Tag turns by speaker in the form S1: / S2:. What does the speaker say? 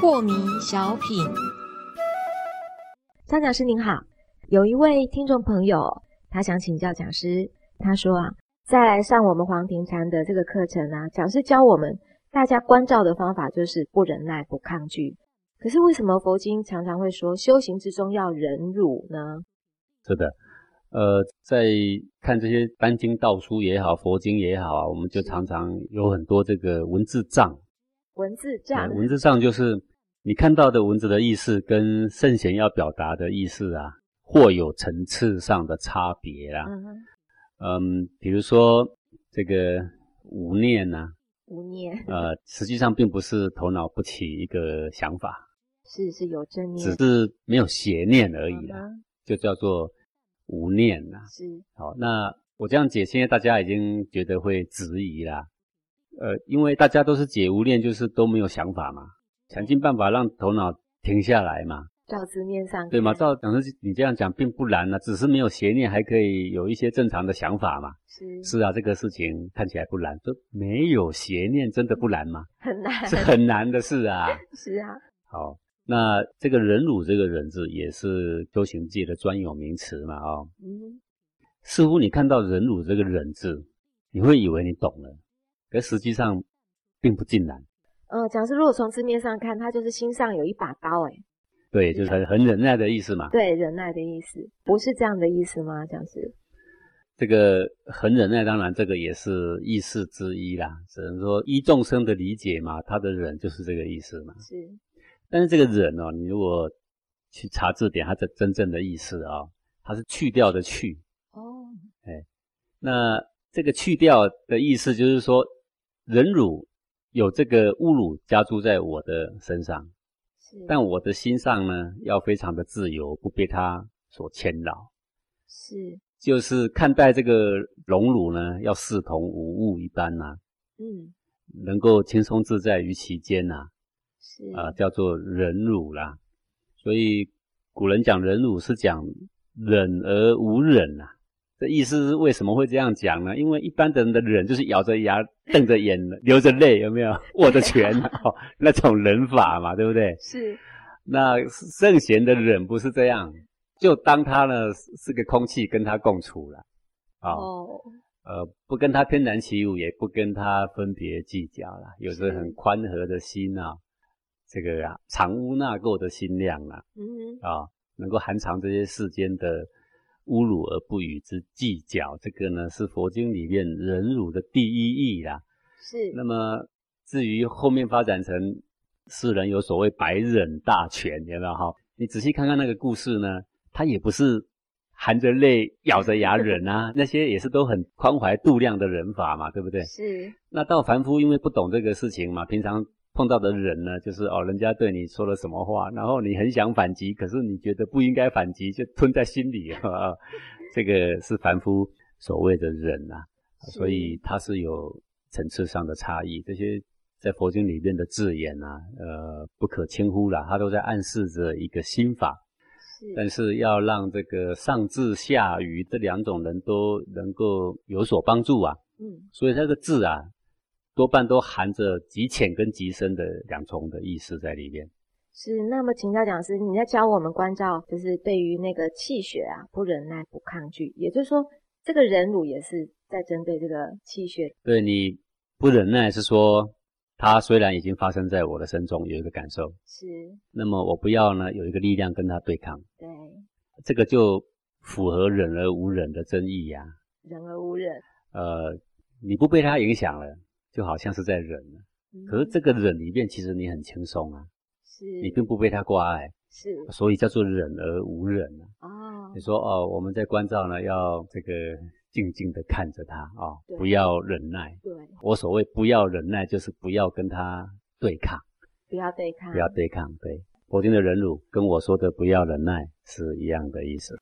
S1: 破迷小品，张讲师您好，有一位听众朋友，他想请教讲师，他说啊，再来上我们黄庭禅的这个课程啊，讲师教我们大家关照的方法就是不忍耐、不抗拒。可是为什么佛经常常会说修行之中要忍辱呢？
S2: 是的，呃，在看这些丹经道书也好，佛经也好啊，我们就是常常有很多这个文字障。
S1: 文字
S2: 哎
S1: 障，
S2: 文字上就是你看到的文字的意思跟圣贤要表达的意思啊，或有层次上的差别啊。
S1: 嗯哼，
S2: 嗯，比如说这个无念呢、
S1: 无念
S2: 呃，实际上并不是头脑不起一个想法，
S1: 是是有正念
S2: 只是没有邪念而已啦、
S1: 嗯哼
S2: 就叫做无念啊啦、
S1: 是
S2: 好，那我这样解，现在大家已经觉得会质疑啦。呃，因为大家都是解无念，就是都没有想法嘛，想尽办法让头脑停下来嘛，
S1: 照字面上
S2: 对吗？
S1: 看
S2: 照讲师你这样讲并不难啊，只是没有邪念，还可以有一些正常的想法嘛。
S1: 是
S2: 是啊，这个事情看起来不难，说没有邪念真的不难吗？
S1: 很难
S2: 是很难的事啊。
S1: 是啊，
S2: 好，那这个忍辱这个忍字也是修行界的专有名词嘛，哦。
S1: 嗯，
S2: 似乎你看到“忍辱”这个“忍”字，你会以为你懂了，可实际上并不尽然。
S1: 呃，讲师如果从字面上看，他就是心上有一把刀，哎，
S2: 对，就是很很忍耐的意思嘛。
S1: 对，忍耐的意思，不是这样的意思吗？讲师
S2: 这个很忍耐，当然这个也是意思之一啦，只能说依众生的理解嘛，他的忍就是这个意思嘛。
S1: 是
S2: 但是这个忍哦，你如果去查字典，它的真正的意思啊、哦，它是去掉的去。
S1: 哦，
S2: 那这个去掉的意思就是说，忍辱有这个侮辱加注在我的身上。
S1: 是，
S2: 但我的心上呢，要非常的自由，不被它所牵扰。
S1: 是
S2: 就是看待这个荣辱呢，要视同无物一般呐、
S1: 嗯
S2: 能够轻松自在于其间呐、
S1: 是
S2: 啊，叫做忍辱啦。所以古人讲忍辱是讲忍而无忍啊。这意思是为什么会这样讲呢？因为一般的人的忍就是咬着牙、瞪着眼、流着泪，有没有？握着拳、哦，那种忍法嘛，对不对？
S1: 是
S2: 那圣贤的忍不是这样，就当他呢是是个空气，跟他共处了，啊、
S1: 哦，
S2: 呃，不跟他翩然起舞，也不跟他分别计较啦，有着很宽和的心啊，这个啊，藏污纳垢的心量啦，
S1: 嗯哼，
S2: 啊、能够含藏这些世间的侮辱而不与之计较，这个呢是佛经里面忍辱的第一义啦。
S1: 是
S2: 那么至于后面发展成世人有所谓百忍大全，有没有哈？你仔细看看那个故事呢，他也不是含着泪咬着牙忍啊，那些也是都很宽怀度量的忍法嘛，对不对？
S1: 是
S2: 那到凡夫因为不懂这个事情嘛，平常。碰到的人呢，就是哦，人家对你说了什么话，然后你很想反击，可是你觉得不应该反击，就吞在心里 啊。这个是凡夫所谓的忍啊。所以它是有层次上的差异。这些在佛经里面的字眼啊，呃，不可轻忽啦，它都在暗示着一个心法。
S1: 是
S2: 但是要让这个上至下愚这两种人都能够有所帮助啊，
S1: 嗯
S2: 所以这个字啊，多半都含着极浅跟极深的两重的意思在里面。
S1: 是。那么，请教讲师，你在教我们关照，就是对于那个气血啊，不忍耐、不抗拒，也就是说，这个忍辱也是在针对这个气血。
S2: 对你不忍耐是说，它虽然已经发生在我的身中，有一个感受，
S1: 是，
S2: 那么我不要呢有一个力量跟它对抗。
S1: 对，
S2: 这个就符合忍而无忍的争议呀、
S1: 忍而无忍。
S2: 呃，你不被它影响了，就好像是在忍了。
S1: 嗯
S2: 可是这个忍里面，其实你很轻松啊，
S1: 是
S2: 你并不被它挂碍，
S1: 是
S2: 所以叫做忍而无忍啊。
S1: 哦
S2: 你，说哦，我们在关照呢，要这个静静的看着它哦，
S1: 对
S2: 不要忍耐。
S1: 对，
S2: 我所谓不要忍耐，就是不要跟它对抗，
S1: 不要对抗，
S2: 不要对抗。对，佛经的忍辱跟我说的不要忍耐是一样的意思。